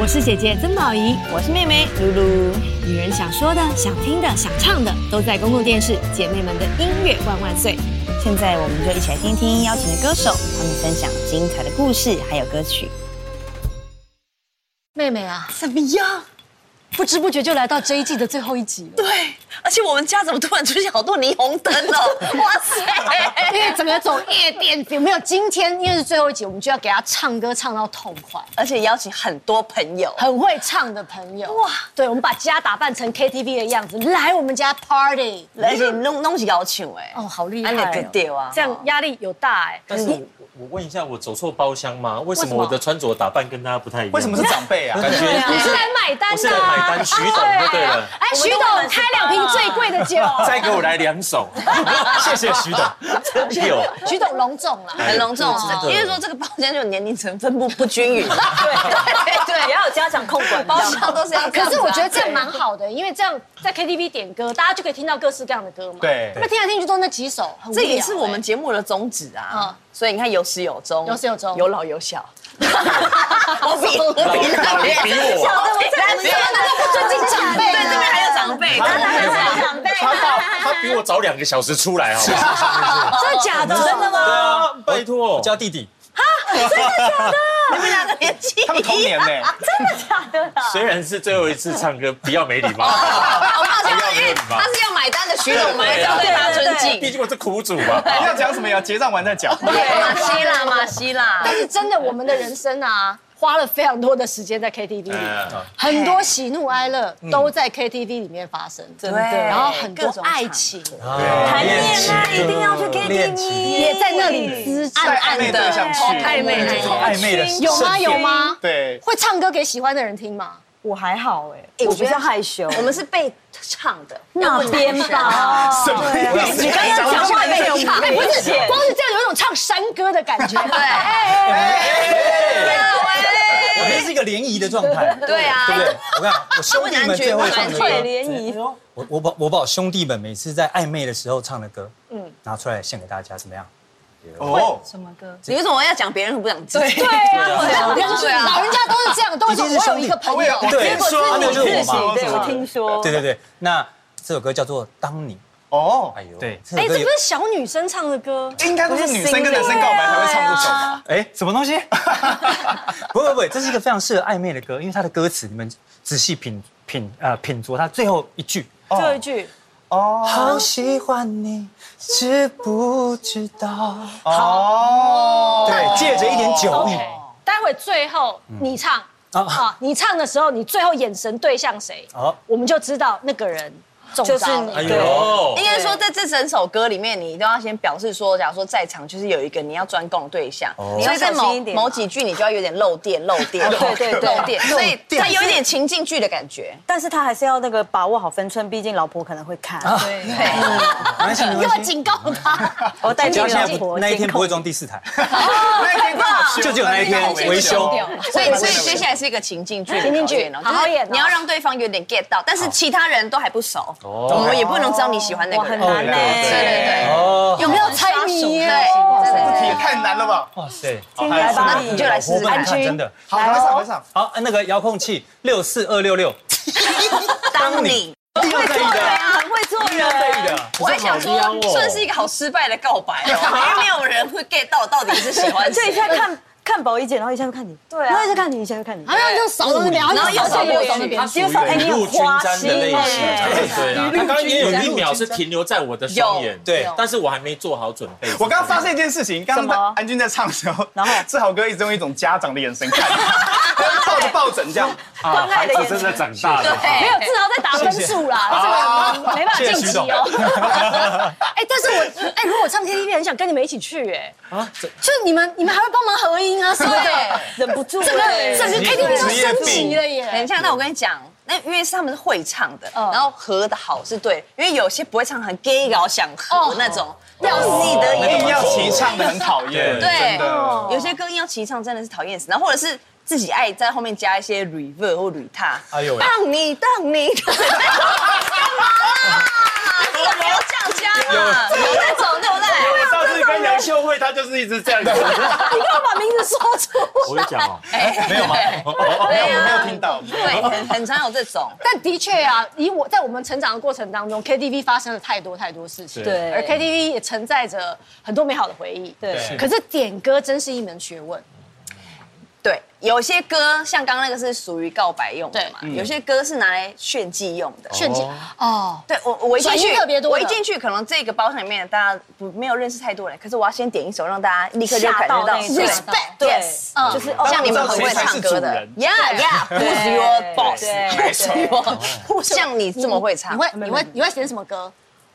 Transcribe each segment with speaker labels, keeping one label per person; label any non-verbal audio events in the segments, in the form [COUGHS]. Speaker 1: 我是姐姐曾宝仪，
Speaker 2: 我是妹妹露露。
Speaker 1: 女人想说的、想听的、想唱的，都在公共电视。姐妹们的音乐万万岁！
Speaker 2: 现在我们就一起来听听邀请的歌手，他们分享精彩的故事还有歌曲。
Speaker 3: 妹妹啊，
Speaker 4: 怎么样？
Speaker 3: 不知不觉就来到这一季的最后一集了。
Speaker 4: 对，而且我们家怎么突然出现好多霓虹灯
Speaker 3: [LAUGHS]
Speaker 4: 哦？哇塞！
Speaker 3: 因为整个走夜店，有没有？今天因为是最后一集，我们就要给她唱歌唱到痛快，
Speaker 4: 而且邀请很多朋友，
Speaker 3: 很会唱的朋友。哇
Speaker 4: 哇，
Speaker 3: 对，我们把家打扮成 KTV 的样子，来我们家 party。
Speaker 4: 而且弄弄起邀请哎，
Speaker 3: 哦，好厉害、
Speaker 4: 啊你
Speaker 3: 哦
Speaker 4: 个！丢啊
Speaker 3: 这样压力有大哎、
Speaker 5: 但是我我我问一下，我走错包厢吗？为什
Speaker 3: 为什
Speaker 5: 么
Speaker 3: 么
Speaker 5: 我的穿着打扮跟大家不太一样？
Speaker 6: 为什么是长辈啊？
Speaker 5: 感觉
Speaker 3: 你是来买单的、啊，
Speaker 5: 我是来买单徐董就对了
Speaker 3: 哎，徐董开两瓶
Speaker 4: 啊
Speaker 3: 最贵的
Speaker 4: [LAUGHS]
Speaker 3: 酒，
Speaker 5: 再给我来两
Speaker 6: [LAUGHS]
Speaker 5: 手，谢谢徐董，真有。
Speaker 3: [LAUGHS] 徐董隆重了。
Speaker 4: 很隆重哦
Speaker 5: 哎真，的
Speaker 4: 因为说这个包厢就年龄层分布不均匀，对对，也要有家长控管，包厢都是要这样
Speaker 3: 哎可
Speaker 4: 子啊。
Speaker 3: 是我觉得这样蛮好的，因为这样在 KTV 点歌，大家就可以听到各式各样的歌嘛。
Speaker 6: 对
Speaker 3: 那听来听去都那几首，很无
Speaker 4: 这
Speaker 3: 聊
Speaker 4: 也是我
Speaker 3: 哎 [LAUGHS]
Speaker 4: 们节目的宗旨
Speaker 3: 嗯
Speaker 4: 啊。所以你看，有始有终，
Speaker 3: 有始有终
Speaker 4: 有老有小。我比我比那边
Speaker 5: 比我
Speaker 4: 小的，我这边不尊敬长辈，对，这边还有长辈，
Speaker 5: 他
Speaker 4: 还有长辈
Speaker 5: 他爸他比我早两个小时出来，好不好？
Speaker 3: 真的假的？真的吗？
Speaker 5: 对啊，拜托，
Speaker 6: 我叫弟弟，
Speaker 4: 你们两个年纪
Speaker 6: 他们同年呢。
Speaker 5: 虽然是最后一次唱歌，不要没礼
Speaker 4: [LAUGHS]
Speaker 5: 貌，
Speaker 4: 好抱歉，
Speaker 5: 不要
Speaker 4: 因
Speaker 5: 没
Speaker 4: 为
Speaker 5: 礼貌
Speaker 4: 哎他。是要买单的徐董，我们还是要对他尊
Speaker 5: 毕
Speaker 4: 敬。
Speaker 5: 竟我是苦主
Speaker 6: [LAUGHS]
Speaker 5: 嘛，
Speaker 6: 你要讲什么呀？结账完再讲。
Speaker 4: 马西啦，马西啦
Speaker 3: 但，是真的，我们的人生啊，花了非常多的时间在 KTV 里，
Speaker 5: 嗯
Speaker 3: 很多喜怒哀乐都在 KTV 里面发生，
Speaker 4: 真的
Speaker 3: 然后很多
Speaker 4: 各种场
Speaker 3: 爱情
Speaker 4: 谈恋爱一定要去
Speaker 6: 恋
Speaker 4: KTV，
Speaker 6: 情
Speaker 3: 也在那里滋长。
Speaker 4: 暗暗
Speaker 6: 带暧昧
Speaker 4: 的
Speaker 6: 对象去，
Speaker 4: 哦暧昧
Speaker 6: 对这种暧昧的盛
Speaker 3: 有吗？
Speaker 6: 宴
Speaker 3: 有？吗？
Speaker 6: 对，
Speaker 3: 会唱歌给喜欢的人听吗？
Speaker 2: 我还好哎、
Speaker 4: 哎
Speaker 2: 我比较害羞。
Speaker 4: 我们是被唱的，
Speaker 2: 那边吧，
Speaker 6: 什么意思？
Speaker 4: 刚刚讲话没有唱，
Speaker 3: 不是，光是这样有一种唱山歌的感觉。哎对
Speaker 6: 我们是一个联谊的状态，对
Speaker 4: 对啊
Speaker 2: 欸
Speaker 6: 不，对？我看我兄弟们最会唱
Speaker 4: 他们男爵他们
Speaker 6: 的歌
Speaker 4: 男爵
Speaker 2: 联谊
Speaker 6: 我我把我把我兄弟们每次在暧昧的时候唱的歌，嗯，拿出来献给大家，怎么样？哦，
Speaker 4: 你为什么要讲别人不讲自己？对
Speaker 2: 啊
Speaker 4: 啊哦
Speaker 3: 老人家老人家都是这样，都会说我有一个朋
Speaker 7: 哦
Speaker 3: 友，
Speaker 6: 对，
Speaker 3: 结果是
Speaker 6: 啊那
Speaker 3: 你
Speaker 6: 就是我嘛，
Speaker 2: 对我听说，
Speaker 6: 对对对，那这首歌叫做《当你》。
Speaker 5: 哦，哎呦，
Speaker 6: 对，，这
Speaker 3: 哎，
Speaker 6: 首
Speaker 3: 这
Speaker 6: 歌
Speaker 3: 不
Speaker 6: 有
Speaker 3: 是小女生唱的歌，
Speaker 6: 应该都是女生跟男生告白才会唱这首吧？哎，什么东西？不不不，这是一个非常适合暧昧的歌，因为它的歌词你们仔细品品呃品酌它最后一句。
Speaker 3: 最后一句。
Speaker 6: 好喜欢你，知不知道？哦，对，借着一点酒意
Speaker 3: OK，待会最后你唱啊，你唱的时候，你最后眼神对向谁
Speaker 6: 好，
Speaker 3: 我们就知道那个人中
Speaker 2: 就是
Speaker 3: 招
Speaker 2: 你
Speaker 3: 了。
Speaker 5: 哎呦
Speaker 4: 应，该说，在这整首歌里面，你都要先表示说，假如说在场就是有一个你要专供的对象，
Speaker 6: 哦
Speaker 4: 所以在
Speaker 2: 你要小
Speaker 4: 某
Speaker 2: 心一点啊哦
Speaker 4: 某几句你就要有点漏电，漏电，
Speaker 2: 对对对
Speaker 4: 漏电，所以它有一点情境剧的感觉。
Speaker 2: 但是他还是要那个把握好分寸，毕竟老婆可能会看。
Speaker 6: 啊
Speaker 4: 对，
Speaker 6: 没关系没
Speaker 3: 又
Speaker 6: 关
Speaker 3: 要
Speaker 6: 系。
Speaker 3: 警告他，
Speaker 2: 我带
Speaker 6: 只
Speaker 2: 进
Speaker 6: 要现
Speaker 2: 哎老
Speaker 6: 在不
Speaker 2: 婆
Speaker 6: 那一天
Speaker 2: 监
Speaker 6: 不会
Speaker 2: 控，
Speaker 6: 装第四台，
Speaker 4: 那天刚好
Speaker 6: 就只有那一天维修。
Speaker 4: 所以所以接下来是一个情境剧的
Speaker 3: 情境
Speaker 4: 表
Speaker 3: 剧
Speaker 4: 演哦，
Speaker 3: 好好演哦
Speaker 4: 就是你要让对方有点 get 到，但是其他人都还不熟，我们也不能知道你喜欢那
Speaker 2: 哇，
Speaker 4: 个
Speaker 2: 哦很
Speaker 4: 人。
Speaker 2: 难呢、
Speaker 4: 对对对，
Speaker 6: 哦，
Speaker 3: [LAUGHS] 有没有猜谜
Speaker 4: 对
Speaker 3: 耶？
Speaker 4: 对对对
Speaker 6: 也太难了吧？哇塞，哦好
Speaker 2: 来吧
Speaker 4: 那你就来试试看
Speaker 6: 看，真的。好，
Speaker 2: 来哦
Speaker 6: 来上。好，那个遥控器六四二六六，
Speaker 4: 当你。
Speaker 6: 一定要在意的，
Speaker 2: 很会做
Speaker 6: 一定
Speaker 4: [LAUGHS]
Speaker 6: 要
Speaker 2: 人。
Speaker 6: 在意的。
Speaker 4: 我还想说，算是一个好失败的告白哦，因为没有人会 get 到到底是喜
Speaker 2: [LAUGHS]
Speaker 4: 欢
Speaker 2: 就一
Speaker 4: 谁。
Speaker 2: 下看看宝仪姐，然后一下就看你，对啊，然后一下看你，一下就看你。
Speaker 3: 好像就扫到那边，然后又扫到
Speaker 4: 然后又
Speaker 3: 那
Speaker 4: 扫到
Speaker 3: 边
Speaker 5: 他。属于
Speaker 3: 哎
Speaker 5: 雨
Speaker 3: 啊
Speaker 5: 露均沾的类型，对啊，他刚刚也有一秒是停留在我的双眼，
Speaker 6: 对
Speaker 5: 但是我还没做好准备。
Speaker 7: 我刚刚发现一件事情，刚
Speaker 2: 什么
Speaker 7: 刚安君在唱的时候，
Speaker 2: 然后
Speaker 7: 志豪哥一直用一种家长的眼神看你，抱着抱枕这样。
Speaker 5: 啊，孩子真的长大
Speaker 7: 啊
Speaker 5: 了。
Speaker 3: 没有，至少在打分数
Speaker 5: 啊
Speaker 3: 啦，这个没办法晋级哦。 [LAUGHS] 哎，但是我哎，如果我唱 KTV 很想跟你们一起去哎，
Speaker 5: 啊，这
Speaker 3: 就你们你们还会帮忙合音啊什么的，
Speaker 2: 忍不住，
Speaker 3: 整个整个哎 KTV 都
Speaker 6: 职业
Speaker 3: 升
Speaker 6: 病
Speaker 3: 级了
Speaker 4: 等
Speaker 3: 耶哎
Speaker 4: 一。下，那我跟你讲，那因为是他们是会唱的，然后合的好是对，因为有些不会唱很 gay 搞想合那种，要死你的
Speaker 7: 硬
Speaker 4: 也
Speaker 7: 要齐唱的很讨厌，
Speaker 5: 对
Speaker 7: 真的。
Speaker 4: 有些歌硬要齐唱真的是讨厌死，然后或者是。自己爱在后面加一些 reverb 或 re 踏，
Speaker 6: 哎呦喂
Speaker 4: 当你当你，干嘛啦？不要这样加啦，有那种对不对？
Speaker 5: 啊
Speaker 7: 上次跟刚杨秀慧她就是一直这样子，
Speaker 3: 要把名字说出
Speaker 5: 我
Speaker 3: 来
Speaker 5: 有。讲哦，
Speaker 7: 没有吗？没有，我没有听到。
Speaker 4: 对，很很常有这种。
Speaker 3: 但的确啊，以我在我们成长的过程当中，KTV 发生了太多太多事情，
Speaker 5: 对
Speaker 3: 而 KTV 也承载着很多美好的回忆，对。可是点歌真是一门学问，
Speaker 4: 对，有些歌像刚刚那个是属于告白用的嘛，有些歌是拿来炫技用的。
Speaker 3: 炫技哦，
Speaker 4: 对我，我一进
Speaker 3: 转
Speaker 4: 去
Speaker 3: 移特别多的
Speaker 4: 我一进去，可能这个包厢里面大家不没有认识太多人，可是我要先点一首，让大家立刻就感觉到
Speaker 2: 吓到那一种
Speaker 4: respect，对啊
Speaker 3: ，yes，嗯
Speaker 4: 就是哦像你们很会唱歌的
Speaker 7: 知道谁才是主人
Speaker 4: ，yeah yeah，who's your boss？
Speaker 2: 对对
Speaker 4: 像你这么会唱
Speaker 3: 你，会你会你会点什么歌？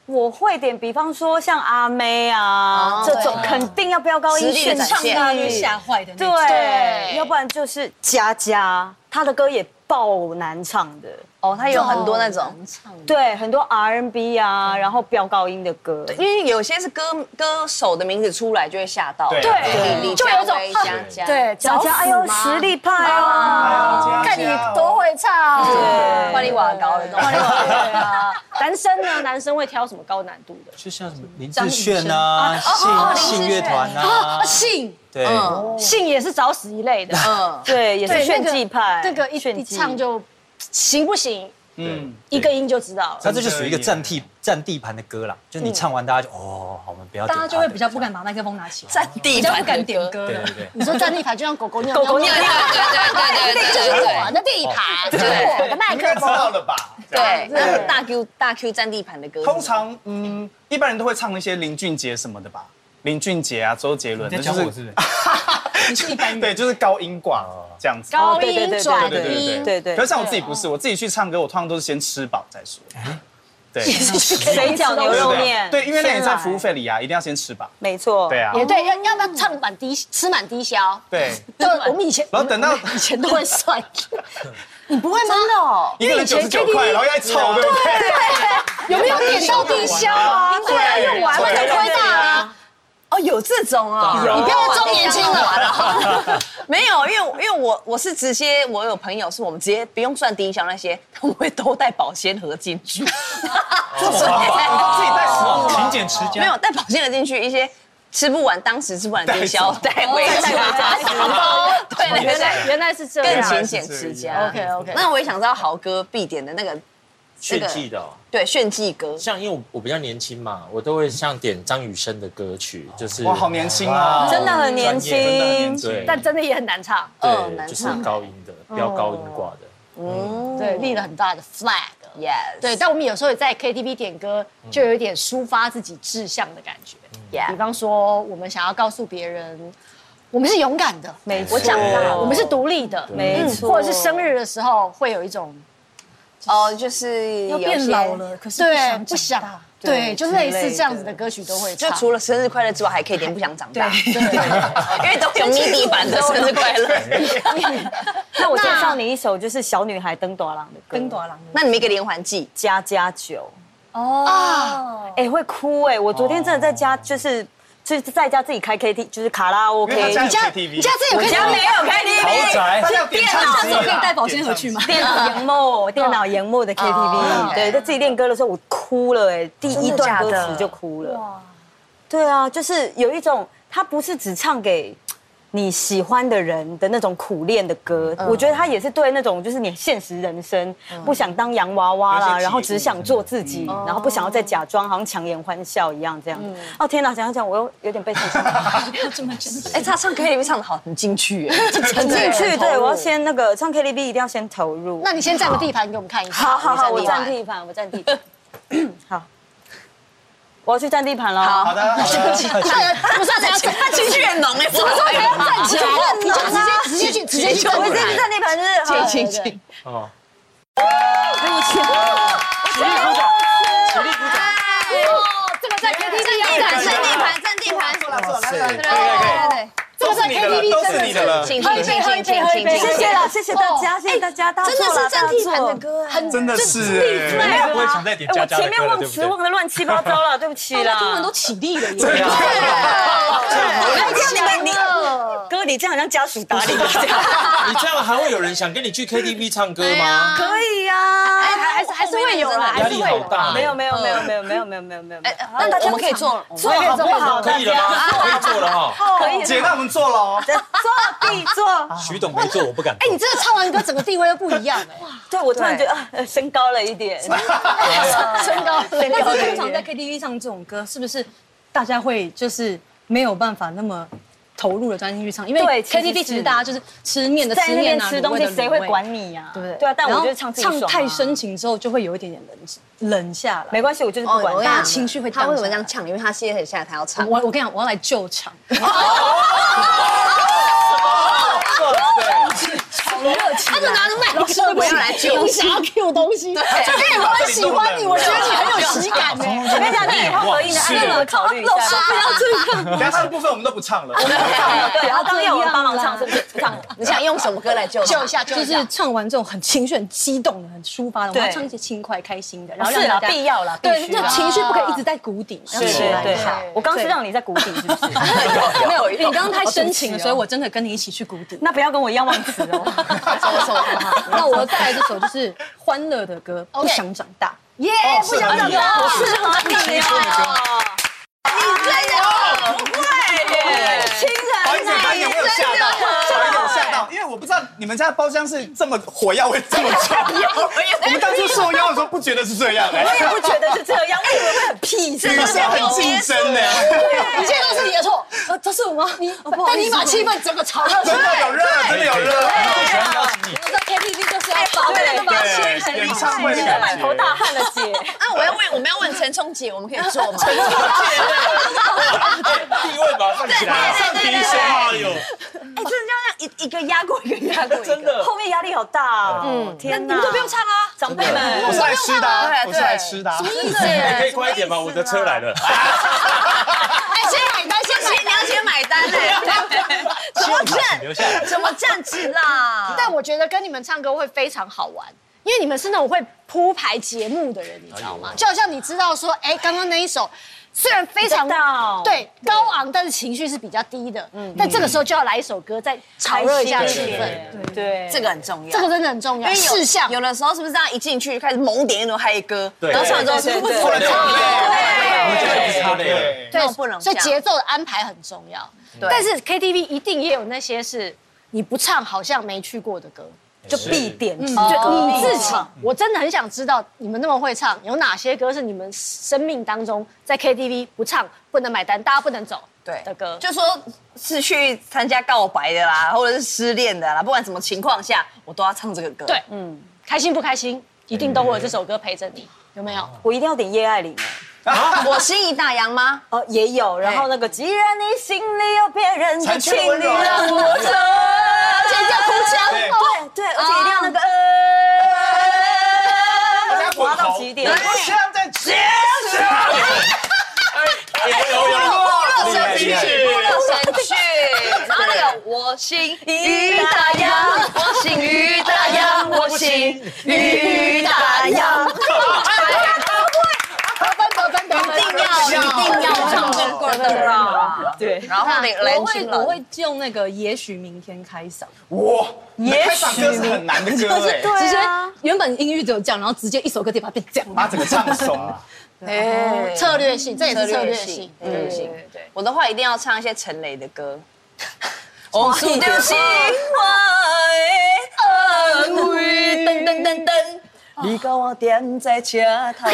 Speaker 2: 我会点，比方说像阿妹啊
Speaker 4: 哦
Speaker 2: 这种
Speaker 4: 对，
Speaker 2: 肯定要飙高音
Speaker 4: 实力的
Speaker 2: 炫
Speaker 4: 展现
Speaker 2: 唱
Speaker 4: 对
Speaker 2: 力，
Speaker 8: 坏的那
Speaker 2: 对，
Speaker 3: 对
Speaker 2: 要不然就是佳佳，她的歌也爆难唱的，
Speaker 4: 哦，他有很多那种，
Speaker 2: 对，很多 R&B 啊，然后飙高音的歌，
Speaker 4: 因为有些是歌歌手的名字出来就会吓到，
Speaker 7: 对
Speaker 3: 对
Speaker 4: 李
Speaker 3: 就有一种啊
Speaker 4: 佳薇佳佳，
Speaker 3: 对，
Speaker 2: 佳
Speaker 3: 找死
Speaker 2: 佳，哎呦，
Speaker 3: 吗
Speaker 2: 实力派啊，
Speaker 3: 看你多会唱，
Speaker 2: 对
Speaker 4: 花里瓦高的那
Speaker 3: 对
Speaker 4: 种，
Speaker 2: [LAUGHS]
Speaker 3: 啊男生呢？男生会挑什么高难度的？
Speaker 6: [LAUGHS] 就像什么林志炫啊、信信乐团啊，
Speaker 3: 信
Speaker 6: 对，
Speaker 3: 信也是找死一类的，
Speaker 4: 嗯，
Speaker 2: 对，也是
Speaker 3: 对
Speaker 2: 炫技派，
Speaker 3: 那个那个一
Speaker 2: 炫
Speaker 3: 一
Speaker 2: 技
Speaker 3: 唱就行不行？
Speaker 7: 嗯，
Speaker 3: 一个音就知道
Speaker 6: 它
Speaker 3: 了。
Speaker 6: 这就属于一个占地占地盘的歌啦，就你唱完大家就哦，好，我们不要，
Speaker 8: 大家就会比较不敢把麦克风拿起来，
Speaker 4: 占地
Speaker 8: 比较
Speaker 4: 盘
Speaker 8: 不敢点歌
Speaker 6: 对
Speaker 8: 了。
Speaker 6: 对对。
Speaker 3: 你说站立牌就像 [LAUGHS] 狗狗尿，
Speaker 2: 狗狗尿
Speaker 4: 对
Speaker 2: 尿
Speaker 4: 对对
Speaker 3: 这
Speaker 4: 对对
Speaker 3: 是
Speaker 4: 对对
Speaker 3: 我。的地盘，这是
Speaker 4: 对
Speaker 3: 我的麦
Speaker 7: 应该
Speaker 3: 克
Speaker 7: 知
Speaker 3: 风。
Speaker 7: 道了吧？
Speaker 4: 对，那大 Q 大 Q 占地盘的歌是什么，
Speaker 7: 通常嗯，一般人都会唱一些林俊杰什么的吧，林俊杰啊，周杰伦，
Speaker 6: 你在
Speaker 7: 就
Speaker 6: 讲
Speaker 7: 是
Speaker 6: 我是不是？
Speaker 7: [LAUGHS]
Speaker 8: 你是一般人
Speaker 7: 对，就是高音挂这样子。
Speaker 3: 高
Speaker 2: 对对对
Speaker 3: 音
Speaker 2: 对
Speaker 3: 转
Speaker 7: 对对
Speaker 3: 音，
Speaker 2: 对对
Speaker 7: 可是像我自己不是，我自己去唱歌，我通常都是先吃饱再说。对，
Speaker 2: 水饺牛肉面，
Speaker 7: 对，因为那个
Speaker 2: 先
Speaker 7: 在
Speaker 2: 来哦
Speaker 7: 服务费里啊，一定要先吃饱。
Speaker 2: 没错，
Speaker 7: 对啊，
Speaker 3: 也对，要要不要唱满低吃满低消？
Speaker 7: 对，
Speaker 3: 对，我们以前
Speaker 7: 然后哦等到
Speaker 3: 我们以前都会 [LAUGHS] 算，
Speaker 2: 你不会真的哦，
Speaker 7: 一个人九十九块，然后又在凑，对不对？
Speaker 3: 有没有点到低消啊？对啊，用完了就亏大了。
Speaker 4: 哦有这种哦，
Speaker 3: 啊你不要装年轻了，
Speaker 4: 没有，因为因为我我是直接，我有朋友是我们直接不用算低消那些，他们会都带保鲜盒进去，
Speaker 7: 这么方法，自己带食物
Speaker 6: 勤俭持
Speaker 4: 没
Speaker 6: 家，
Speaker 4: 有带保鲜盒进去一些。吃不完，当时吃不完的低消哦带回
Speaker 3: 带
Speaker 4: 家哦
Speaker 3: 回，原
Speaker 4: 对，原来
Speaker 3: 来原来是这
Speaker 4: 更
Speaker 3: 样。
Speaker 4: 勤俭持家。
Speaker 3: OK OK，
Speaker 4: 那我也想知道豪哥必点的那个
Speaker 5: 炫技的哦。
Speaker 4: 对炫技歌，
Speaker 5: 像因为我我比较年轻嘛，我都会像点张雨生的歌曲，就是
Speaker 7: 哇，好年轻哦，
Speaker 2: 真的很年
Speaker 7: 真的很
Speaker 2: 轻
Speaker 7: 年，轻
Speaker 5: 对，
Speaker 3: 但真的也很难唱，
Speaker 4: 嗯
Speaker 5: 对，
Speaker 4: 难
Speaker 5: 就是
Speaker 4: 唱
Speaker 5: 高音的，比较高音挂的，
Speaker 3: 对，立了很大的 flag。
Speaker 4: ，yes，
Speaker 3: 对，但我们有时候也在 KTV 点歌，就有一点抒发自己志向的感觉。
Speaker 4: Yeah
Speaker 3: 比方说，我们想要告诉别人，我们是勇敢的，
Speaker 2: 没错，
Speaker 4: 我长大了
Speaker 3: 我们是独立的，嗯
Speaker 2: 没错，
Speaker 3: 或者是生日的时候会有一种
Speaker 4: 哦，就是有
Speaker 8: 要变
Speaker 4: 些
Speaker 8: 老了，可是
Speaker 3: 对不
Speaker 8: 长
Speaker 3: 想
Speaker 8: 大。
Speaker 3: 对，
Speaker 2: 对
Speaker 3: 就
Speaker 2: 之
Speaker 3: 类
Speaker 2: 类
Speaker 3: 似
Speaker 2: 的
Speaker 3: 这样子的歌曲都会
Speaker 4: 就
Speaker 3: 唱。
Speaker 4: 除了生日快乐之外，还可以点不想长大，
Speaker 8: 对
Speaker 4: 因为都有 mini 版的生日快乐。
Speaker 2: 那我介绍你一首就是小女孩登朵郎的歌，
Speaker 8: 跟朵郎
Speaker 4: 那你们一个连环计，
Speaker 2: 加加酒，
Speaker 8: 哦，
Speaker 2: 哎、会哭哎、我昨天真的在家就是就是在家自己开 K T，就是卡拉
Speaker 7: 因为
Speaker 2: OK，
Speaker 7: 他家有
Speaker 3: 你
Speaker 7: KTV，
Speaker 3: 家自己有
Speaker 2: 我
Speaker 3: KTV
Speaker 2: 家没有
Speaker 6: 豪
Speaker 2: KTV，
Speaker 6: 宅
Speaker 7: 他家有点唱机
Speaker 8: 这种可以
Speaker 7: 啦
Speaker 8: 带保鲜盒去吗？
Speaker 2: 电脑研
Speaker 7: [LAUGHS] 嗯
Speaker 2: 磨，电脑研磨的
Speaker 7: 哦
Speaker 2: KTV，对，在自己练歌的时候我哭了哎、第一段歌词就哭了，对啊，就是有一种他不是只唱给。你喜欢的人的那种苦恋的歌，
Speaker 7: 嗯
Speaker 2: 我觉得他也是对那种就是你现实人生不想当洋娃
Speaker 7: 有一
Speaker 2: 娃
Speaker 7: 些嗯
Speaker 2: 啦，
Speaker 7: 体
Speaker 2: 然后只想做自己，然后不想要再假装好像强颜欢笑一样这
Speaker 7: 嗯
Speaker 2: 样。哦天哪，讲讲讲，我又有点被刺伤。
Speaker 7: [LAUGHS]
Speaker 8: 不要这么真实。
Speaker 4: 哎，他唱 KTV 唱的好，很进去，
Speaker 2: 很
Speaker 4: 很
Speaker 2: 进去，对我要先那个唱 KTV 一定要先投入。
Speaker 3: 那你先占个地盘给我们看一下。
Speaker 2: 好好好，我
Speaker 4: 你站
Speaker 2: 占地盘，我占地盘。 [COUGHS] 好，我要去占地盘了。
Speaker 4: 好
Speaker 7: 好的，好
Speaker 3: [LAUGHS]
Speaker 7: 的，
Speaker 3: 不是要啊怎样站？
Speaker 4: 他情绪很浓哎，我
Speaker 3: 站起来了，你就直接直接去直接去站
Speaker 2: 我
Speaker 3: 起
Speaker 2: 这
Speaker 3: 来
Speaker 2: 去占地
Speaker 4: [LAUGHS]
Speaker 2: 盘就是好
Speaker 4: 进去进去，
Speaker 5: 哦，
Speaker 6: 实力鼓掌，
Speaker 3: 哦，这个在 KTV 要展
Speaker 4: 站地
Speaker 3: 现力
Speaker 4: 盘，站地盘，
Speaker 7: 坐啦坐啦，来来来，
Speaker 3: 这个在 KTV 真
Speaker 7: 都是
Speaker 3: 的
Speaker 7: 你的了，
Speaker 4: 请请请请请请，
Speaker 2: 谢谢啦，谢谢大家，谢谢大家，大家
Speaker 4: 真的
Speaker 2: 做啦
Speaker 4: 是占地盘的。
Speaker 2: 歌。
Speaker 3: 很
Speaker 7: 真的是哎，
Speaker 6: 应该不会想再点
Speaker 2: 哎，
Speaker 6: 佳
Speaker 2: 我
Speaker 6: 佳的
Speaker 2: 前
Speaker 6: 歌
Speaker 2: 面
Speaker 6: 了，
Speaker 2: 忘
Speaker 6: 对不
Speaker 2: 词
Speaker 6: 对？
Speaker 2: 忘的乱七八糟了，对不起啦。
Speaker 8: 他们都起立了耶，
Speaker 7: 对啊
Speaker 4: 对，
Speaker 2: 你们你哥，你这样好像家属打理这样，
Speaker 5: [LAUGHS] 你这样还会有人想跟你去 KTV 唱歌吗？
Speaker 2: 可以呀。
Speaker 3: 哎，还还是还是会有啦，
Speaker 5: 压
Speaker 3: 还是
Speaker 5: 力
Speaker 3: 会
Speaker 5: 好
Speaker 3: 有。
Speaker 5: 大，
Speaker 2: 没有没有没有没有没有没有没有没有，
Speaker 4: 哎，哎那我们可以做，
Speaker 2: 做好不好？
Speaker 5: 可以了吗？可以做了
Speaker 2: [LAUGHS]
Speaker 5: 哈。
Speaker 2: 可以
Speaker 7: 姐，那我们做了哦。
Speaker 2: 坐必坐。
Speaker 5: 徐董没做，我不敢。
Speaker 3: 哎，你真的唱完歌，整个地位都不一样哎。
Speaker 2: [LAUGHS] 对我突然觉得啊，呃升高了一点。
Speaker 3: [LAUGHS] 身高。但是通常在 KTV 唱这种歌，是不是大家会就是没有办法那么投入的钻进去唱？因为
Speaker 2: 对其实
Speaker 3: KTV
Speaker 2: 是
Speaker 3: 其实大家就是吃面的
Speaker 2: 在
Speaker 3: 吃
Speaker 2: 那
Speaker 3: 面
Speaker 2: 边
Speaker 3: 啊，
Speaker 2: 吃东西
Speaker 3: 卤味的
Speaker 2: 谁
Speaker 3: 卤味
Speaker 2: 会管你呀？
Speaker 3: 对不对？
Speaker 2: 对啊，但我
Speaker 3: 然后
Speaker 2: 觉得唱自己
Speaker 3: 唱
Speaker 2: 爽啊
Speaker 3: 太深情之后，就会有一点点冷冷下来。
Speaker 2: 没关系，我就是不管
Speaker 4: 哦我跟
Speaker 2: 他
Speaker 4: 你。
Speaker 3: 情绪会
Speaker 4: 他为什么
Speaker 3: 荡
Speaker 4: 这
Speaker 3: 下来
Speaker 4: 样唱？因为他歇了一下，他要唱。
Speaker 3: 我我跟你讲，我要来救 [LAUGHS] 场，啊
Speaker 4: 他就拿着麦克风，我要来
Speaker 3: [LAUGHS]
Speaker 4: 救
Speaker 3: 想要 Q 东西。对， [LAUGHS] 哎，我很喜欢你，我觉得你很有喜感欸呢。
Speaker 2: 我跟你讲，你以后合音的按钮考虑一下。老师不要
Speaker 7: 等下他的部分我们都不唱了。
Speaker 2: 唱了，对，然后当夜我们帮忙唱，是不是不唱了？
Speaker 4: 你想用什么歌来救他？
Speaker 3: 下， [LAUGHS] 就是唱完这种很情绪很激动的、很抒发的，我
Speaker 2: 对
Speaker 3: 们要唱一些轻快、开心的，然后让
Speaker 2: 是啦，
Speaker 3: 大家
Speaker 2: 必要啦，必
Speaker 3: 对，
Speaker 2: 须
Speaker 3: 就
Speaker 2: 啦。
Speaker 3: 情绪不可以一直在谷底嘛，要
Speaker 2: 对
Speaker 3: 起来
Speaker 2: 对
Speaker 3: 一
Speaker 2: 对
Speaker 3: 下。，
Speaker 2: 我刚是让你在谷底，是不是？
Speaker 3: 啊 [LAUGHS]
Speaker 4: 没有，你
Speaker 3: 你刚刚太深情了，所以我真的跟你哦一起去谷底。
Speaker 2: 那不要跟我一样忘词哦。
Speaker 4: 左手
Speaker 3: [LAUGHS] 那我带来这首就是欢乐的歌，《不想长 [LAUGHS] 大》。
Speaker 4: 耶，
Speaker 3: 哦
Speaker 4: 不想
Speaker 3: 啊
Speaker 7: 长大
Speaker 4: 我适合你哦。
Speaker 2: 亲人，
Speaker 7: 好意思，导演我有吓到，导演有吓到，因为我不知道你们家的包厢是这么火药味这么重。我们当初受邀的时候不觉得是这样
Speaker 2: [LAUGHS]
Speaker 7: 哎，
Speaker 2: [LAUGHS] 我也不觉得是这 [LAUGHS] 样，我以为会很屁，真
Speaker 7: 女生很竞争呢，
Speaker 3: 一切都是你的错，呃，都是我吗？你，但你把气氛整个炒热起
Speaker 7: 真
Speaker 3: 来。
Speaker 7: 的有热，真的有热。
Speaker 5: 我喜欢邀请你，
Speaker 3: 我知道 KTV 就是要爆热的嘛，
Speaker 7: 对，演唱会的感
Speaker 2: 满头
Speaker 7: 觉。
Speaker 2: 大汗了，姐。
Speaker 4: 那我要问，我们要问陈冲姐，我们可以做 [LAUGHS]
Speaker 3: [LAUGHS]
Speaker 4: 吗？
Speaker 5: 地位马上起来，
Speaker 4: 对对对对对
Speaker 5: 哎呦，
Speaker 4: 哎，真的就这样一一个压过一个，压过一个，
Speaker 5: 真的。
Speaker 2: [LAUGHS] 后面压力好大哦，嗯，天哪，你们都不用唱啊，长辈们，
Speaker 7: 我是来吃的啊，我是来吃的啊。
Speaker 5: 你可以快一点吗？我的车来了。
Speaker 4: 哎，先买单，先买，你要先买 [LAUGHS] 单哎，怎么站？
Speaker 5: 留下来。
Speaker 4: 怎么站直啦？
Speaker 3: [LAUGHS] 但我觉得跟你们唱歌会非常好玩，因为你们是那种会铺排节目的人，你知道
Speaker 5: 哎
Speaker 3: 吗？就好像你知道说，哎，刚刚那一首虽然非常
Speaker 2: 知道
Speaker 3: 对高昂，但是情绪是比较低的，嗯，但这个时候就要来一首歌再炒热一下
Speaker 2: 开
Speaker 3: 气
Speaker 2: 心一
Speaker 3: 氛，
Speaker 2: 点对，
Speaker 4: 这个很重要，
Speaker 3: 这个真的很重要。
Speaker 4: 因为有
Speaker 3: 事项
Speaker 4: 有的时候是不是这样一进去就开始猛点那种嗨歌，
Speaker 5: 对
Speaker 4: 然后唱完之后
Speaker 2: 对
Speaker 4: 是不是
Speaker 2: 对对
Speaker 4: 不唱
Speaker 5: 我
Speaker 4: 了？
Speaker 5: 觉得不差累了。
Speaker 7: 对，
Speaker 3: 对
Speaker 4: 那我不能
Speaker 3: 所以
Speaker 4: 这样
Speaker 3: 节奏的安排很重要。但是 KTV 一定也有那些是你不唱好像没去过的歌，
Speaker 2: 就必点，就
Speaker 4: 哦
Speaker 3: 就你自己
Speaker 4: 嗯
Speaker 2: 唱。
Speaker 3: 我真的很想知道你们那么会唱，有哪些歌是你们生命当中在 KTV 不唱不能买单，大家不能走
Speaker 4: 对
Speaker 3: 的歌？
Speaker 4: 就说是去参加告白的啦，或者是失恋的啦，不管什么情况下，我都要唱这个歌。
Speaker 3: 对，嗯，开心不开心，一定都会有这首歌陪着你，有没有？
Speaker 2: 我一定要点叶爱玲，
Speaker 4: 我心已大洋吗？
Speaker 2: 哦，也有，然后那个既然你心里有别人，就请你让我走，
Speaker 3: 而且一定要哭腔，
Speaker 7: 对
Speaker 3: 哦
Speaker 2: 对，而且一定要那个
Speaker 7: 大家
Speaker 2: 呃，
Speaker 7: 滚
Speaker 2: 滑到
Speaker 7: 头，
Speaker 2: 极点，
Speaker 7: 像在吃。
Speaker 5: 哎有有有，
Speaker 6: 哦
Speaker 4: 热身曲，
Speaker 5: 厉害
Speaker 4: 热身曲，然后那个我心于大洋，我心于大洋，我心于大洋，一定要一定要唱这个歌啊！
Speaker 2: 对，
Speaker 4: 然后那个蓝
Speaker 3: 我会
Speaker 4: 心
Speaker 3: 我
Speaker 4: 了，
Speaker 3: 会用那个也许明天开嗓。
Speaker 7: 哇，开场歌是很难的歌哎，
Speaker 3: 直接
Speaker 2: 对啊
Speaker 3: 原本音域只有这样，然后直接一首歌直接把它变这样。
Speaker 7: 把整个唱啊怂了。
Speaker 4: 哎
Speaker 3: 策略性，这嗯也是策
Speaker 4: 策
Speaker 3: 略
Speaker 4: 略
Speaker 3: 性
Speaker 4: 性。，策略性。我的话一定要唱一些陈雷的
Speaker 2: [LAUGHS]
Speaker 4: 歌。
Speaker 2: 哦
Speaker 4: 我数掉心呃怀恩惠，噔噔噔噔。
Speaker 2: 你跟我点在车头，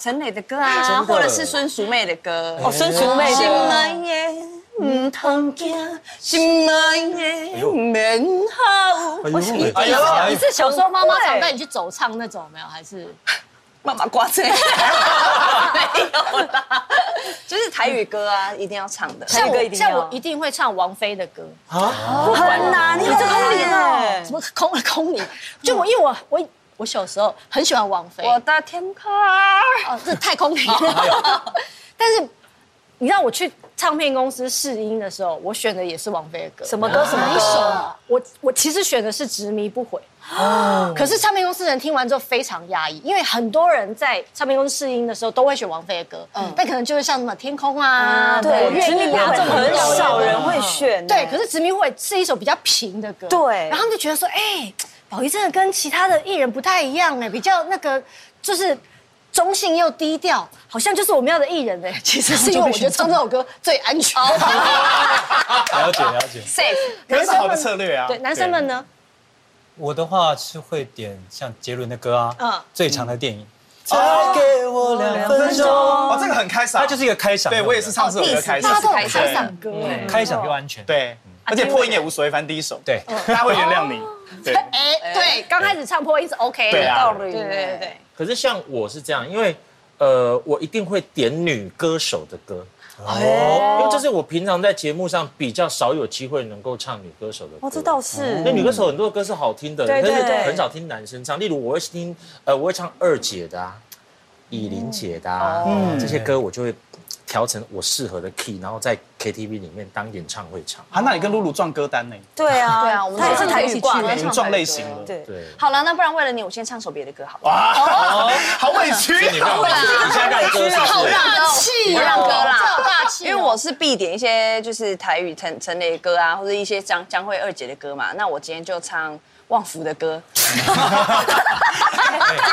Speaker 4: 陈磊的歌啊，或者是孙淑妹的歌。
Speaker 2: 哦，孙淑妹
Speaker 4: 心
Speaker 2: 的，
Speaker 4: 爱的唔通惊，心爱
Speaker 2: 哎
Speaker 4: 的免哭。
Speaker 5: 哎呦，哎
Speaker 3: 你
Speaker 5: 呦
Speaker 3: 是小时候妈妈常带你去走唱那种没有？还是
Speaker 4: 妈妈挂
Speaker 2: [LAUGHS]
Speaker 4: 这，没有啦，就是台语歌啊，一定要唱的。
Speaker 2: 像我一定
Speaker 3: 像我
Speaker 2: 要
Speaker 3: 一，定会唱王菲的歌，
Speaker 2: 不很难，你这个脸哎
Speaker 3: 什，么空空你，就我因为我我我小时候很喜欢王菲，
Speaker 4: 我的天空，
Speaker 3: 哦，这太空灵了。但是你知道我去唱片公司试音的时候，我选的也是王菲的歌，
Speaker 2: 什么歌？什么
Speaker 3: 一首啊？我我其实选的是《执迷不悔》。哦。可是唱片公司人听完之后非常压抑，因为很多人在唱片公司试音的时候都会选王菲的歌，但可能就是像什么《天空》啊、
Speaker 2: 嗯对
Speaker 3: 我，愿意啊这种
Speaker 2: 很
Speaker 3: 比较
Speaker 2: 少人会选。啊
Speaker 3: 对，可是《执迷不悔》是一首比较平的歌。
Speaker 2: 对
Speaker 3: 然后他们就觉得说，哎，宝仪真的跟其他的艺人不太一样哎，比较那个就是中性又低调，好像就是我们要的艺人哎。 [LAUGHS] 其实是因为我觉得唱这首哦歌最安全。 [LAUGHS]
Speaker 6: 了解了解。
Speaker 4: safe，
Speaker 7: 可是好的策略啊。
Speaker 3: 对，男生们呢？
Speaker 6: 我的话是会点像杰伦的歌啊，
Speaker 3: 嗯
Speaker 6: 最长的电影。再给我两分钟，
Speaker 7: 哦，这个很开嗓，
Speaker 6: 它就是一个开场。
Speaker 7: 对我也是唱这首歌开
Speaker 3: 大家
Speaker 7: 嗓，
Speaker 3: 都有开嗓歌哎。
Speaker 6: 开场又安全。
Speaker 7: 对，而且破音也无所谓，反正第一首，
Speaker 6: 对
Speaker 7: 大家会原谅你。对
Speaker 3: 哎，对，刚开始唱破音是 OK
Speaker 7: 对
Speaker 3: 的，
Speaker 7: 啊，
Speaker 3: 对对对对。
Speaker 5: 可是像我是这样，因为呃，我一定会点女歌手的歌。哦，因为这是我平常在节目上比较少有机会能够唱女歌手的歌。
Speaker 2: 哦，这倒是
Speaker 5: 那女歌手很多歌是好听的，
Speaker 2: 对
Speaker 5: 可
Speaker 2: 对
Speaker 5: 是
Speaker 2: 对
Speaker 5: 很少听男生唱。例如我会听，呃，我会唱二姐的、啊、以琳姐的、啊，嗯，这些歌我就会调成我适合的 key，然后在 KTV 里面当演唱会唱。
Speaker 7: 啊，那你跟露露撞歌单呢？
Speaker 2: [LAUGHS] 对啊，
Speaker 4: 对啊，我们
Speaker 2: 他也是台
Speaker 4: 一起
Speaker 2: 语挂的
Speaker 7: 你们撞类型的。
Speaker 2: 对，
Speaker 5: 对，
Speaker 4: 好了，那不然为了你，我先唱首别的歌好了。
Speaker 7: 哇，好委屈。
Speaker 5: 你让我，你现在让歌手
Speaker 3: 好大气
Speaker 4: 我
Speaker 3: 哦，
Speaker 4: 让歌啦，
Speaker 3: 这好大气哦。
Speaker 4: 因为我是必点一些就是台语陈陈雷的歌啊，或者一些江江蕙二姐的歌嘛。那我今天就唱旺福的歌，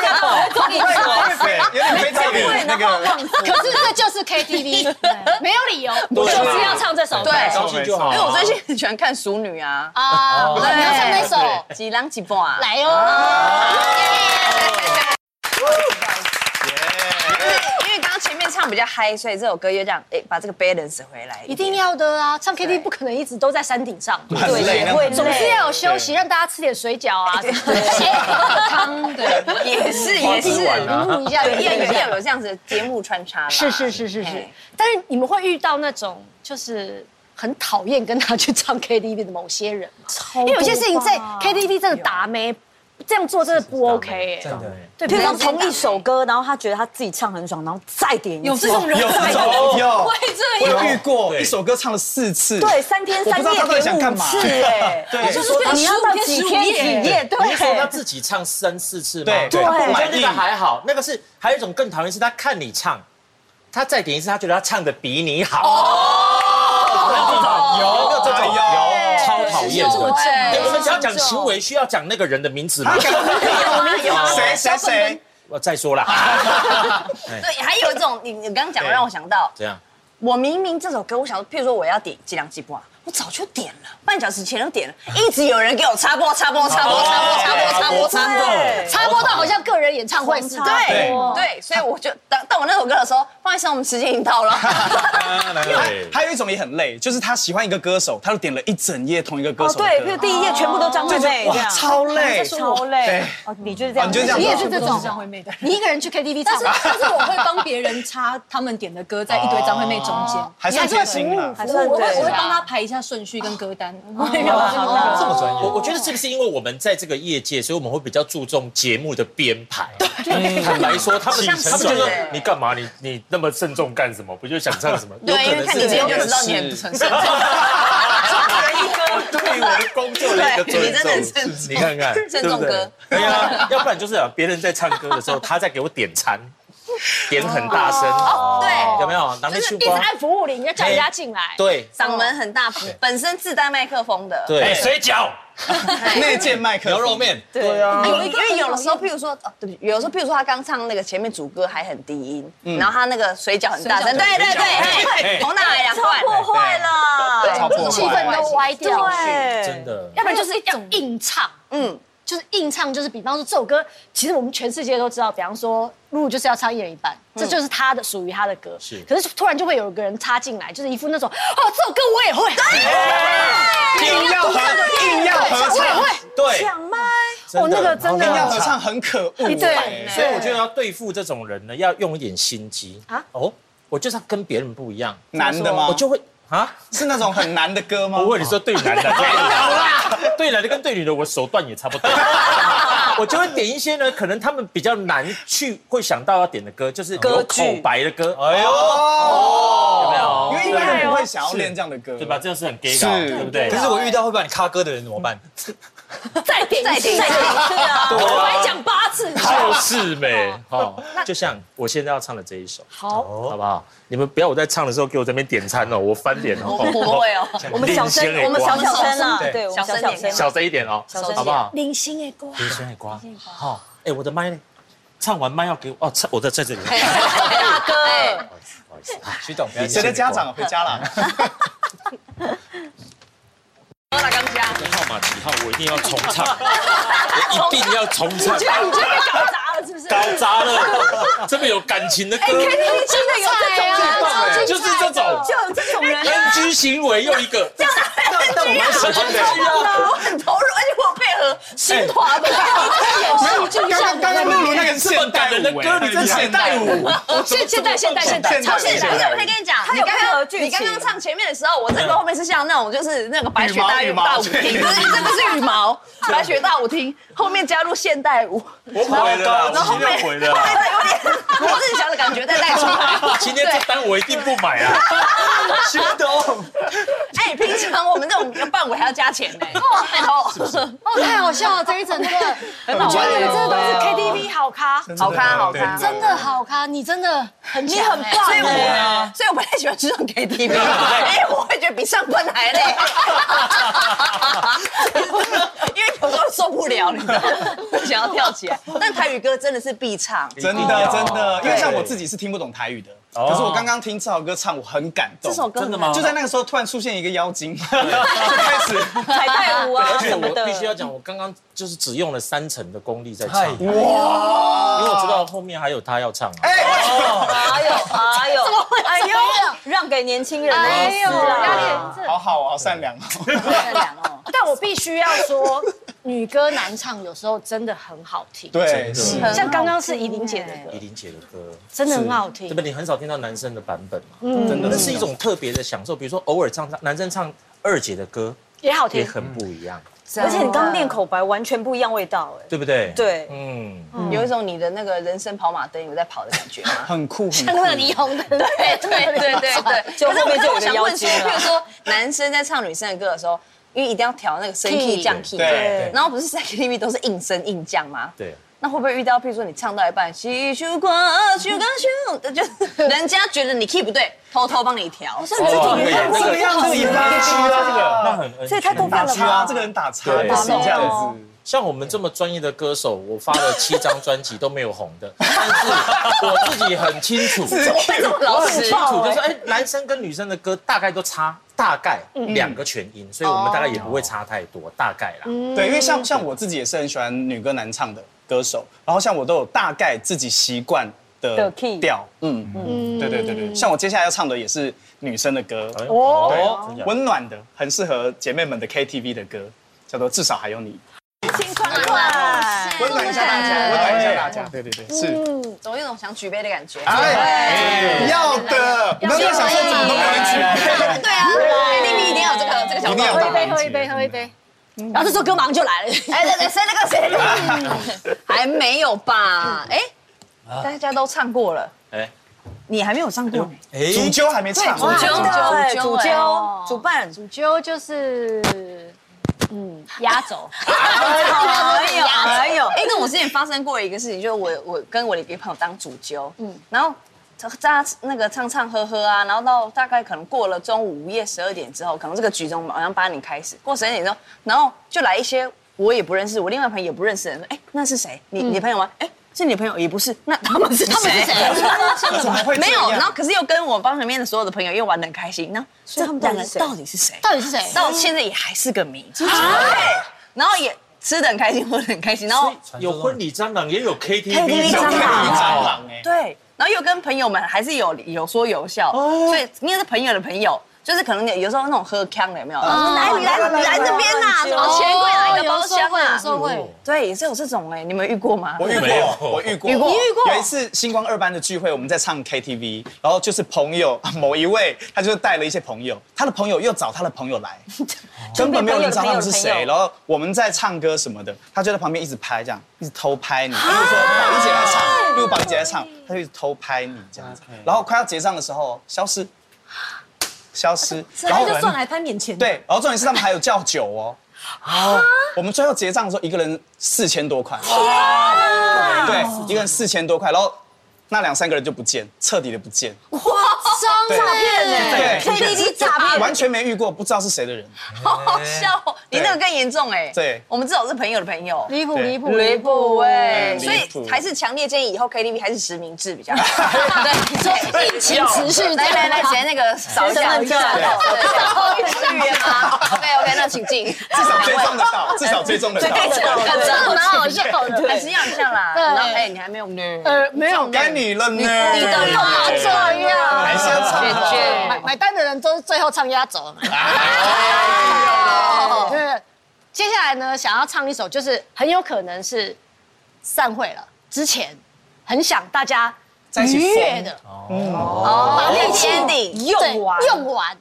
Speaker 7: 哇塞，有点非常有那个，
Speaker 3: [LAUGHS] 可是这就是 [LAUGHS] KTV，没有理由，
Speaker 7: 啊
Speaker 3: 我就是要唱这首歌。
Speaker 4: 对
Speaker 5: 高兴就好。啊
Speaker 4: 因为我最近很喜欢看《熟女》啊，
Speaker 3: 啊，我们要唱那首
Speaker 7: 对，
Speaker 4: 几郎几半啊，
Speaker 3: 来哦。
Speaker 4: 因为刚刚前面唱比较嗨，所以这首歌又这样，哎，把这个 balance 回来
Speaker 3: 一
Speaker 4: 一点。
Speaker 3: 定要的啊！唱 KTV 不可能一直都在山顶上，
Speaker 7: 很累那
Speaker 2: 会
Speaker 7: 样。
Speaker 3: 总是
Speaker 2: 累。
Speaker 3: 要有休息，让大家吃点水饺啊，对汤对，
Speaker 4: 也是也是，
Speaker 3: 撸嗯一下，
Speaker 4: 对，要
Speaker 3: 练一
Speaker 4: 有
Speaker 3: 下
Speaker 4: 要。有这样子的节目穿插啦。
Speaker 3: 是是是是是
Speaker 4: 嘿，
Speaker 3: 但是你们会遇到那种就是很讨厌跟他去唱 KTV 的某些人吗？因为有些事情在 KTV 真的达没，这样做真的不
Speaker 5: 啊
Speaker 3: OK 哎
Speaker 6: 真。的。
Speaker 3: 对，
Speaker 2: 譬如
Speaker 3: 不要
Speaker 2: 说
Speaker 3: 这样
Speaker 2: 同一首歌，然后他觉得他自己唱很爽，然后再点一
Speaker 8: 有
Speaker 2: 次
Speaker 8: 这，种人
Speaker 3: [LAUGHS]
Speaker 7: 有这种有，我有遇过，
Speaker 5: 对
Speaker 7: 一首歌唱了四次。
Speaker 2: 对，三天三
Speaker 7: 我不知
Speaker 2: 夜
Speaker 7: 道他到底
Speaker 2: 点
Speaker 7: 想干
Speaker 2: 五
Speaker 7: 嘛 [LAUGHS]
Speaker 2: 次，哎，
Speaker 7: 对，
Speaker 5: 就是
Speaker 2: 说你要到几天几夜，对，
Speaker 5: 说他自己唱三四次吗？
Speaker 7: 对对
Speaker 5: 我觉得
Speaker 7: 对
Speaker 5: 那个还好，那个是还有一种更讨厌是他看你唱，他再点一次，他觉得他唱的比你好。哦，有这种有
Speaker 7: 哎
Speaker 5: 超讨厌的。对
Speaker 4: 对
Speaker 5: 我们只要讲行为，需要讲那个人的名字吗？
Speaker 7: 谁谁谁，
Speaker 5: 我再说
Speaker 4: 啊
Speaker 5: 啦，
Speaker 4: 对，还有一种你你刚刚讲的让我想到，
Speaker 5: 这样
Speaker 4: 我明明这首歌，我想说，譬如说我要点几两几波啊，我早就点了，半小时前就点了，一直有人给我插播插播插播插播插播插播插播，
Speaker 2: 对
Speaker 3: 插播到好像个人演唱会似的。
Speaker 4: 对对，所以我就当当我那首歌的时候，不好意思，我们时间已经到了，
Speaker 7: [LAUGHS]
Speaker 5: 对，
Speaker 7: 还有一种也很累，就是他喜欢一个歌手，他就点了一整夜同一个歌
Speaker 2: 哦，
Speaker 7: 手的
Speaker 2: 对，譬如
Speaker 7: 歌，
Speaker 2: 第一页全部都张惠妹哦这
Speaker 7: 哇，
Speaker 5: 啊
Speaker 2: 样，
Speaker 7: 超累，
Speaker 2: 超累
Speaker 7: 对。
Speaker 2: 哦，你就是这样，
Speaker 7: 哦你就是这样
Speaker 3: 你也是
Speaker 8: 这
Speaker 3: 这
Speaker 8: 种
Speaker 3: 种
Speaker 8: 张惠妹的人。
Speaker 3: 你一个人去 KTV
Speaker 8: 但
Speaker 3: 唱
Speaker 8: 是，
Speaker 3: [LAUGHS]
Speaker 8: 但是我会帮别人插他们点的歌在一堆张惠妹中间，
Speaker 7: 还算贴心哦啦。
Speaker 2: 还算
Speaker 8: 我会我会
Speaker 2: 对。
Speaker 8: 帮他排一下顺序跟歌单。
Speaker 6: 这么专
Speaker 5: 我
Speaker 6: 业，
Speaker 5: 我觉得是不是因为我们在这个业界，所以我们会比较注重节目的编排？对，坦白说，他们
Speaker 6: 起承
Speaker 5: 他们就说
Speaker 4: 转合
Speaker 5: 你干嘛？你你那么慎重干什么？不就想唱什么？
Speaker 4: 对，因为看你今天就
Speaker 5: [LAUGHS]
Speaker 4: 知道你很很慎重，
Speaker 5: 对我的工作的一个尊重，
Speaker 4: 对你真的很慎重
Speaker 5: 你看看，
Speaker 4: 慎重
Speaker 5: 对不对
Speaker 4: 哥，
Speaker 5: 对呀，要不然就是啊别人在唱歌的时候，他在给我点餐，点很大声，
Speaker 4: 哦对，
Speaker 5: 有没有？拿那
Speaker 3: 就是
Speaker 5: 去
Speaker 3: 一直
Speaker 5: 光，
Speaker 3: 按服务铃，要叫人家进来。
Speaker 5: 对
Speaker 4: 嗓门很大，本身自带麦克风的，
Speaker 5: 对，哎水饺、
Speaker 7: 内建麦克风
Speaker 5: 牛肉，面，
Speaker 4: 对啊，有因为有的时候，譬如说，哦，对不起，有的时候，譬如说他刚唱那个前面主歌还很低音，然后他那个嗯水饺很大声，
Speaker 8: 水饺
Speaker 4: 对对对，红大来两罐，
Speaker 2: 破坏了，
Speaker 7: 超破
Speaker 3: 气氛
Speaker 7: 坏。
Speaker 3: 都歪掉，
Speaker 2: 对，
Speaker 5: 真的。
Speaker 3: 要不然就是要硬唱，嗯
Speaker 4: 嗯，
Speaker 3: 就是硬唱，就是比方说这首歌，其实我们全世界都知道，比方说露露就是要唱一人一半，这就是她的属于她的歌，
Speaker 5: 是
Speaker 3: 可是突然就会有个人插进来，就是一副那种哦，这首歌我也会，
Speaker 7: 硬要合，硬要合
Speaker 3: 我也
Speaker 7: 唱，
Speaker 3: 会，
Speaker 5: 对，
Speaker 2: 抢麦，
Speaker 3: 哦，那个真
Speaker 7: 硬要
Speaker 3: 的
Speaker 7: 合唱很可恶。
Speaker 3: 对
Speaker 5: 所以我觉得要对付这种人呢，要用一点心机
Speaker 3: 啊
Speaker 5: 啊。哦，我就是要跟别人不一样，
Speaker 7: 男的吗
Speaker 5: 我就会啊，
Speaker 7: 是那种很难的歌吗？
Speaker 5: 不会，你说对男的，对男的跟对女的，我手段也差 [LAUGHS] 不多。我就会点一些呢，可能他们比较难去会想到要点的歌，就是有
Speaker 2: 歌剧
Speaker 5: 口白的歌。哎呦，
Speaker 7: 哦，
Speaker 5: 有没有？
Speaker 7: 一般人不会想要练这样的歌，
Speaker 5: 对吧？？这就是很 gay 搞，对不对
Speaker 6: 可？是我遇到会把你咖歌的人怎么办？
Speaker 8: 再点一次，再点一次啊！我还讲八次，
Speaker 5: 就是美，哦，就像我现在要唱的这一首，好，好不好？你们不要我在唱的时候给我在那边点餐哦，我翻脸哦，
Speaker 4: 我不会
Speaker 5: [LAUGHS]
Speaker 4: 哦，
Speaker 2: 我们小声，我们小小声啊，
Speaker 6: 对
Speaker 2: 对，我们小小声啊。
Speaker 5: 小声一点哦，好不好？
Speaker 3: 零星的歌，
Speaker 5: 林生海瓜，好，哎，我的麦呢，唱完麦要给我哦，唱我在在这里，不
Speaker 4: 大哥哎，
Speaker 5: 好意思，
Speaker 6: 徐董，不要
Speaker 7: 谁的家长回家了？
Speaker 4: 我来刚加，
Speaker 5: 这号码几号我一定要重唱，我一定要重唱，
Speaker 3: 你就被搞砸了，是不是？
Speaker 5: 搞砸了，这么有感情的歌，
Speaker 2: 哎
Speaker 3: 哎
Speaker 5: 就是这种
Speaker 2: 就有这种人，啊
Speaker 5: NG 行为又一个，
Speaker 6: 但但我蛮喜欢的。
Speaker 4: 我很投入，而且我配合新团的，
Speaker 3: 嗯
Speaker 7: 刚刚刚刚露露那个
Speaker 5: 这么
Speaker 7: 现
Speaker 5: 感
Speaker 7: 代
Speaker 5: 人的
Speaker 7: 舞，
Speaker 5: 歌，你
Speaker 7: 哎
Speaker 5: 真
Speaker 7: 现代舞，
Speaker 3: 现现代现代现代，
Speaker 4: 超现代。而且我可以跟你讲，你刚刚你刚刚唱前面的时候，我这个后面是像那种就是那个白雪大大舞厅，不是这不是羽毛， [LAUGHS] 白雪大舞厅后面加入现代舞，
Speaker 5: 我毁了，我今天毁了。
Speaker 4: 那有点我自己想的感觉再带出 [LAUGHS] 来。
Speaker 2: [LAUGHS]
Speaker 5: 今天这单我一定不买啊！
Speaker 6: 徐董，
Speaker 4: 哎，平常我们这种伴舞还要加钱呢， [LAUGHS] 哦，
Speaker 3: 哦，太好笑了，这一整那个，我觉得你们真的都是 KTV 好咖，
Speaker 4: 好看好看，
Speaker 3: 真的好咖，你真的很你很棒
Speaker 4: 所以我所以我不太喜欢去上 KTV，因 [LAUGHS] 哎为我会觉得比上班还 [LAUGHS] 累，因为有时候受不了，你知道，吗？想要跳起来。但台语歌真的是必唱，
Speaker 7: 真的真的，因为像我自己是听不懂台语的，
Speaker 5: 哦
Speaker 7: 可是我刚刚听这首歌唱，我很感动。这首歌
Speaker 5: 真的吗？
Speaker 7: 就在那个时候，突然出现一个妖精，就开始
Speaker 2: 彩带舞啊
Speaker 5: 而且
Speaker 2: 什么
Speaker 5: 我
Speaker 2: 的
Speaker 5: 必。须要讲，我刚刚就是只用了三成的功力在
Speaker 2: 哎
Speaker 5: 唱，因为
Speaker 7: 哇，
Speaker 5: 我知道后面还有他要唱啊。
Speaker 2: 哎呦哎呦，哎呦，让给年轻人哦的
Speaker 3: 哎
Speaker 2: 意思啦。
Speaker 7: 好好哦好善良哦。
Speaker 5: [LAUGHS]
Speaker 3: 但我必须要说，女歌男唱有时候真的很好听，
Speaker 7: 对，
Speaker 5: 真
Speaker 7: 是
Speaker 5: 的
Speaker 3: 像刚刚是怡玲姐的歌，
Speaker 5: 李玲姐的歌，
Speaker 3: 真的很好
Speaker 5: 对
Speaker 3: 听嗯
Speaker 5: 不。对？你很少听到男生的版本嘛，真的，那是一种特别的享受。比如说偶尔唱唱男生唱二姐的歌，
Speaker 3: 也好
Speaker 5: 也
Speaker 3: 听，
Speaker 5: 很不一样，
Speaker 2: 而且你刚练口白，完全不一样味道哎。
Speaker 5: 对不对？
Speaker 2: 对
Speaker 5: 嗯，
Speaker 4: 有一种你的那个人生跑马灯有在跑的感觉吗？
Speaker 7: [LAUGHS] 很酷很
Speaker 3: 像
Speaker 7: 酷。
Speaker 3: 那个霓虹灯，
Speaker 4: 对对对对对。
Speaker 2: 就
Speaker 4: 可是
Speaker 2: 后
Speaker 4: 我
Speaker 2: 面
Speaker 4: 可
Speaker 2: 就是有
Speaker 4: 我
Speaker 2: 一个
Speaker 4: 想
Speaker 2: 妖
Speaker 4: 问说，
Speaker 2: 精
Speaker 4: 譬如
Speaker 2: 了。
Speaker 4: 说男生在唱女生的歌的时候，因为一定要调那个升
Speaker 3: Key
Speaker 4: key 降 key，
Speaker 7: 对对
Speaker 4: 然后不是在 KTV 都是硬升硬降吗？
Speaker 5: 对。
Speaker 4: 那会不会遇到，譬如说你唱到一半，咻咻光，咻光咻，就是人家觉得你 key 不对，偷偷帮你调。
Speaker 5: 哦，那个
Speaker 7: 样子也拉区啊，
Speaker 5: 那很，
Speaker 2: 所以太过分
Speaker 7: 打
Speaker 2: 了
Speaker 7: 区啊
Speaker 2: 吧，
Speaker 7: 这？个人打叉
Speaker 5: 对
Speaker 7: 不行这样子。
Speaker 5: 像我们这么专业的歌手，我发了七张专辑都没有红的，但是我自己很清楚，我很清楚，
Speaker 3: 欸
Speaker 5: 就是哎，男生跟女生的歌大概都差大概
Speaker 3: 嗯
Speaker 5: 两个全音，所以我们大概也不
Speaker 3: 哦
Speaker 5: 会差太多，大概啦。
Speaker 3: 嗯
Speaker 7: 对，因为像像我自己也是很喜欢女歌男唱的歌手，然后像我都有大概自己习惯的
Speaker 2: 的 key
Speaker 7: 调，嗯嗯，对对对对，像我接下来要唱的也是女生的歌，
Speaker 5: 哦
Speaker 7: 对，温暖的，很适合姐妹们的 KTV 的歌，叫做《至少还有你》，温暖一下大家，温暖一下大家，对对对，是，
Speaker 4: 总有一种想举杯的感觉。
Speaker 7: 哎，要的，我刚刚想说怎么都没有人举
Speaker 4: 对啊，KTV 一定要有这个这个
Speaker 7: 杯，
Speaker 4: 小
Speaker 7: 一定要
Speaker 4: 动
Speaker 7: 有
Speaker 4: 作。
Speaker 7: 大人
Speaker 3: 喝
Speaker 7: 举
Speaker 3: 一杯，喝一杯。然后这首歌马上就来了，
Speaker 4: 哎，对对，谁那个谁？还没有吧？哎，大家都唱过了，
Speaker 5: 哎
Speaker 2: 你还没有上过呢，
Speaker 5: 哎，
Speaker 7: 主揪还没唱，主
Speaker 4: 揪
Speaker 2: 对
Speaker 4: 主
Speaker 2: 哎
Speaker 4: 揪
Speaker 2: 主揪主办，
Speaker 3: 主揪就是嗯压轴，
Speaker 2: 哎呦哎呦，
Speaker 4: 哎、那我之前发生过一个事情，就是我我跟我的一个朋友当主揪，嗯，然后大家那个唱唱喝喝啊，然后到大概可能过了中午午夜十二点之后，可能这个局中好像八点开始，过十二点之后，然后就来一些我也不认识，我另外朋友也不认识的人说，哎、那是谁？
Speaker 2: 嗯
Speaker 4: 你、你朋友吗？哎、是你朋友也不是，
Speaker 2: [LAUGHS]
Speaker 4: 那他们是他们是谁？
Speaker 7: 怎么会这
Speaker 4: 没有，
Speaker 7: 样
Speaker 4: 然后可是又跟我帮里面的所有的朋友又玩的很开心，那这
Speaker 2: 他们到
Speaker 4: 两
Speaker 2: 底
Speaker 4: 个人
Speaker 2: 是谁
Speaker 4: 到底是谁？
Speaker 3: 到底是谁？
Speaker 4: 到现在也还是个谜。对，然后也吃的很开心，喝的很开心，然后
Speaker 5: 有婚礼蟑螂，也有 KTV [LAUGHS]
Speaker 2: KTV
Speaker 7: 有
Speaker 2: 蟑
Speaker 7: 蟑
Speaker 2: 螂
Speaker 6: 啊
Speaker 7: 螂哎，
Speaker 4: 对，然后又跟朋友们还是有有说有笑，所以应该是朋友的朋友，就是可能有有时候那种喝呛的有没有？来你来你来这边呐，什么钱柜来一个包厢
Speaker 3: 有
Speaker 4: 啊？
Speaker 3: 时候会，有时候会
Speaker 4: 对，也是有这种哎，你们遇过吗？
Speaker 7: 我遇
Speaker 5: 没有
Speaker 7: 过，我遇过，
Speaker 4: 遇过你遇
Speaker 7: 过。有一次星光二班的聚会，我们在唱 KTV，然后就是朋友某一位，他就是带了一些朋友，他的朋友又找他的朋友来，根本没有人知道他们是谁。然后我们在唱歌什么的，他就在旁边一直拍，这样一直偷拍你，比如说宝仪姐来唱，比如宝仪姐来唱，他就一直偷拍你这样子。然后快要结账的时候消失。消失，
Speaker 8: 所以他就算来攀免钱。，
Speaker 7: 对，然后重点是他们还有叫酒哦。我们最后结账的时候，一个人四千多块。对，一个人四千多块，然后那两三个人就不见，彻底的不见。
Speaker 3: 真诈骗呢？
Speaker 7: 对，
Speaker 2: KTV 诈骗，
Speaker 7: 完全没遇过，不知道是谁的人。
Speaker 4: 好好笑哦，你那个更严重哎。
Speaker 7: 对
Speaker 4: 我们至少是朋友的朋友。
Speaker 3: 离谱
Speaker 7: 对
Speaker 3: 离谱
Speaker 4: 离谱哎，
Speaker 7: 嗯
Speaker 4: 所
Speaker 7: 离谱
Speaker 4: 以还是强烈建议以后 KTV 还是实名制比较好。对，对
Speaker 3: 疫情持续
Speaker 4: 来来来，谁那个扫一下，
Speaker 2: 身份证
Speaker 4: 对对预约吗？OK OK，那请进，至
Speaker 7: 至少追踪得到，至少追踪得到。
Speaker 3: 真的蛮好笑的。
Speaker 4: 还是要一下啦。
Speaker 3: 对
Speaker 4: 然后哎，你还没有呢，
Speaker 3: 呃，没有，
Speaker 7: 该你了呢，你
Speaker 3: 都干嘛这样？
Speaker 7: 还是要唱啊好
Speaker 4: 姐姐
Speaker 3: 买买单的人都是最后唱压轴嘛。
Speaker 7: 哎
Speaker 3: 对，接下来呢，想要唱一首，就是很有可能是散会了之前，很想大家
Speaker 7: 在一起
Speaker 3: 愉
Speaker 7: 疯
Speaker 3: 悦的，
Speaker 4: 哦
Speaker 3: 把力气
Speaker 4: 坚定
Speaker 3: 用完用完。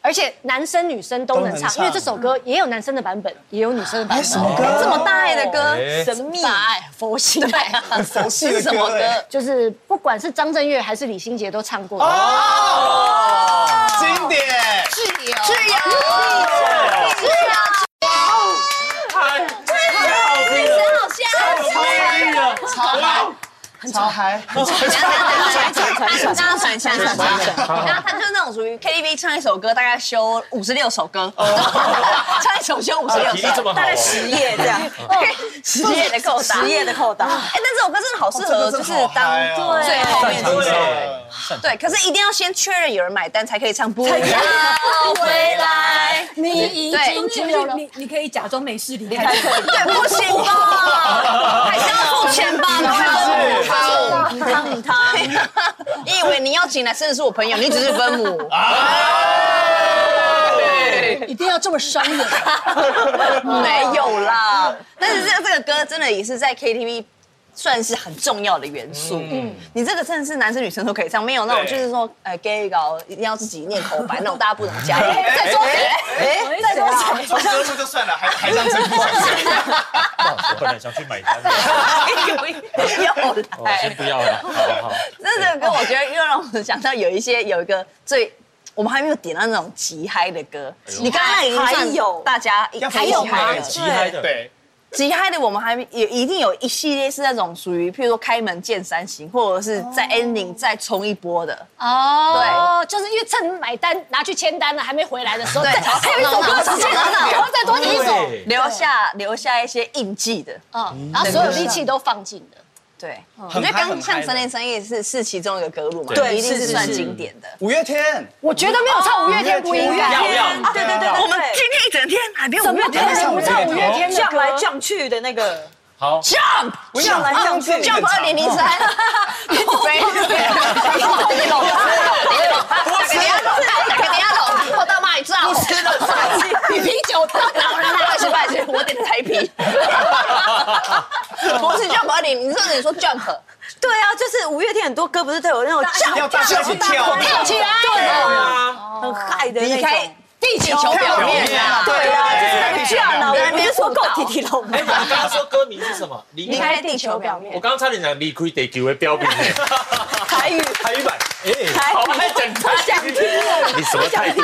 Speaker 3: 而且男生女生都能
Speaker 7: 都能
Speaker 3: 唱，
Speaker 7: 唱
Speaker 3: 因为这首歌也有男生的版本，也有女生的版本。什
Speaker 7: 么歌
Speaker 3: 这么大爱的歌，
Speaker 5: 哎
Speaker 3: 神秘大爱佛心爱，
Speaker 7: [LAUGHS] 佛系的歌哎，
Speaker 3: 就是不管是张震岳还是李心洁都唱过的。
Speaker 7: 哦经典。
Speaker 5: 太好听了，太好听了，
Speaker 7: 超嗨，
Speaker 4: 大家传传传传传，然后他就是那种属于 KTV 唱一首歌，大概修五十六首歌，唱一首修五十
Speaker 5: 他
Speaker 4: 六
Speaker 5: 体力这
Speaker 4: 首，
Speaker 5: 么好
Speaker 4: 大概
Speaker 5: 哦，
Speaker 4: 十
Speaker 2: 实业这样，
Speaker 3: [LAUGHS]
Speaker 4: 十页的够大。
Speaker 2: 实业
Speaker 4: 哎，
Speaker 2: 的扣打，
Speaker 4: 但这首歌真的好适合，就是当最后面
Speaker 5: 对
Speaker 4: 对，可是一定要先确认有人买单才可以唱不要回来，
Speaker 8: 你已
Speaker 4: 经
Speaker 8: 只有你，你可以假装没事离开。
Speaker 4: 对，不行吧？还是要付钱吧？
Speaker 2: 母汤母汤，
Speaker 4: 你以为你要请来真的是我朋友，你只是分母。啊
Speaker 3: 一定要这么伤人。
Speaker 4: 没有啦，但是这这个歌真的也是在 KTV 算是很重要的元素。嗯，你这个真的是男生女生都可以唱，没有那种
Speaker 7: 对
Speaker 4: 就是说，哎，gay 搞一定要自己念口白那种，大家不能加入。
Speaker 7: 哎
Speaker 4: 再说谁？
Speaker 8: 在多少？
Speaker 7: 从歌路就算了，还还让真不想睡。
Speaker 5: 我本来想去买单的，
Speaker 7: 哦
Speaker 4: 有
Speaker 5: 我
Speaker 4: 来
Speaker 5: 先。不要了，好不好？
Speaker 4: 那这个歌，我觉得又让我想到有一些有一个最。我们还没有点到那种极嗨的歌，你刚刚已经
Speaker 2: 还
Speaker 4: 算
Speaker 2: 有
Speaker 4: 大家
Speaker 7: 要
Speaker 4: 还有
Speaker 7: 分开
Speaker 4: 吗
Speaker 7: 来？
Speaker 5: 极嗨的，
Speaker 7: 对，
Speaker 4: 极嗨的，我们还也一定有一系列是那种属于，譬如说开门见山型，或者是在 ending 再冲一波的。
Speaker 3: 哦，就是因为趁买单拿去签单了，还没回来的时候，
Speaker 4: 对
Speaker 3: 再还有一首歌直接拿到，然后再多点一首，
Speaker 5: 对
Speaker 4: 留下留下一些印记的。
Speaker 3: 嗯，然后所有力气都放进的。
Speaker 4: 对，我
Speaker 7: 很
Speaker 4: 觉得
Speaker 7: 嗨
Speaker 4: 刚
Speaker 7: 很
Speaker 4: 像
Speaker 7: 嗨
Speaker 4: 《三
Speaker 7: 的
Speaker 4: 年三夜》是是其中一个歌路嘛，
Speaker 5: 对
Speaker 4: 一定
Speaker 2: 是
Speaker 4: 是
Speaker 2: 是
Speaker 4: 算
Speaker 2: 是
Speaker 4: 经典的。
Speaker 7: 五月天，
Speaker 3: 我觉得没有唱五月天不应该，
Speaker 5: 要要，
Speaker 2: 对对对对，我们
Speaker 4: 今天一整天还没有五月
Speaker 3: 怎么可能不唱五月天的
Speaker 2: 撞
Speaker 3: 歌？
Speaker 2: 来撞去的那个，
Speaker 5: 好，
Speaker 7: 我想
Speaker 2: 来上去
Speaker 7: 这样
Speaker 4: 二零零三，对对我等下懂，哪个等下懂？我到骂你知道，你啤酒到哪了？不好意思，不好意思，我点的台啤。不是 jump 二零，你说你说 jump，
Speaker 2: 对啊，就是五月天很多歌不是都有那种撞
Speaker 7: 要大家一起跳，
Speaker 3: 跳起来，
Speaker 2: 很嗨的
Speaker 4: 离
Speaker 2: 那
Speaker 4: 开
Speaker 2: 种，
Speaker 4: 地球表面啊！
Speaker 2: 对啊，就是那个撞啊，
Speaker 4: 对
Speaker 2: 我们就说够体体龙
Speaker 5: 哎，我们刚刚说歌名是什么？离
Speaker 4: 离
Speaker 5: 开。
Speaker 4: 开地球表面
Speaker 5: 我。刚刚差点讲离开地球的标兵耶，
Speaker 2: 台语，
Speaker 5: 台语版，哎，
Speaker 2: 台语
Speaker 5: 好爱讲台语，你什么态度？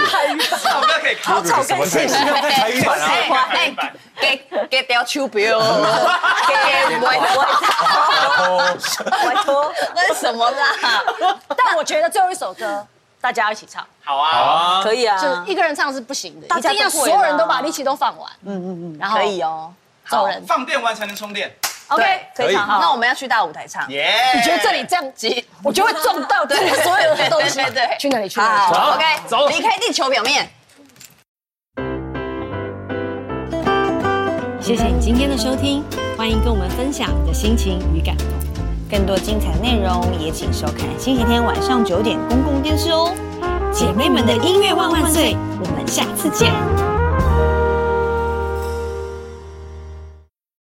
Speaker 7: 唱歌可以
Speaker 2: 好吵跟现实，
Speaker 5: 台语版啊，
Speaker 4: 哎哎，给给掉手表，给我
Speaker 2: 拜托，
Speaker 4: 那是什么啦？
Speaker 3: 但我觉得最后一首歌大家一起唱，
Speaker 7: 好啊，
Speaker 5: 啊，
Speaker 2: 可以啊，
Speaker 3: 就是一个人唱是不行的，
Speaker 2: 大
Speaker 3: 一
Speaker 2: 家
Speaker 3: 定
Speaker 2: 都
Speaker 3: 要
Speaker 2: 会啦
Speaker 3: 所有人都把力气都放完。嗯嗯嗯，然后
Speaker 4: 可以哦，
Speaker 3: 走人。
Speaker 7: 放电完才能充电，
Speaker 3: OK，
Speaker 2: 非常好。
Speaker 4: 那我们要去大舞台唱。
Speaker 7: 耶！
Speaker 3: 哎你觉得这里这样挤，我就会撞到这里所有的东西。
Speaker 4: 对对对
Speaker 3: 去哪里去哪里？
Speaker 4: 好
Speaker 5: 走
Speaker 4: ，OK，
Speaker 5: 走
Speaker 4: 离开地球表面。
Speaker 1: 谢谢你今天的收听，欢迎跟我们分享你的心情与感动。
Speaker 2: 更多精彩内容也请收看星期天晚上九点公共电视哦。
Speaker 1: 姐妹们的音乐万万岁，我们下次见。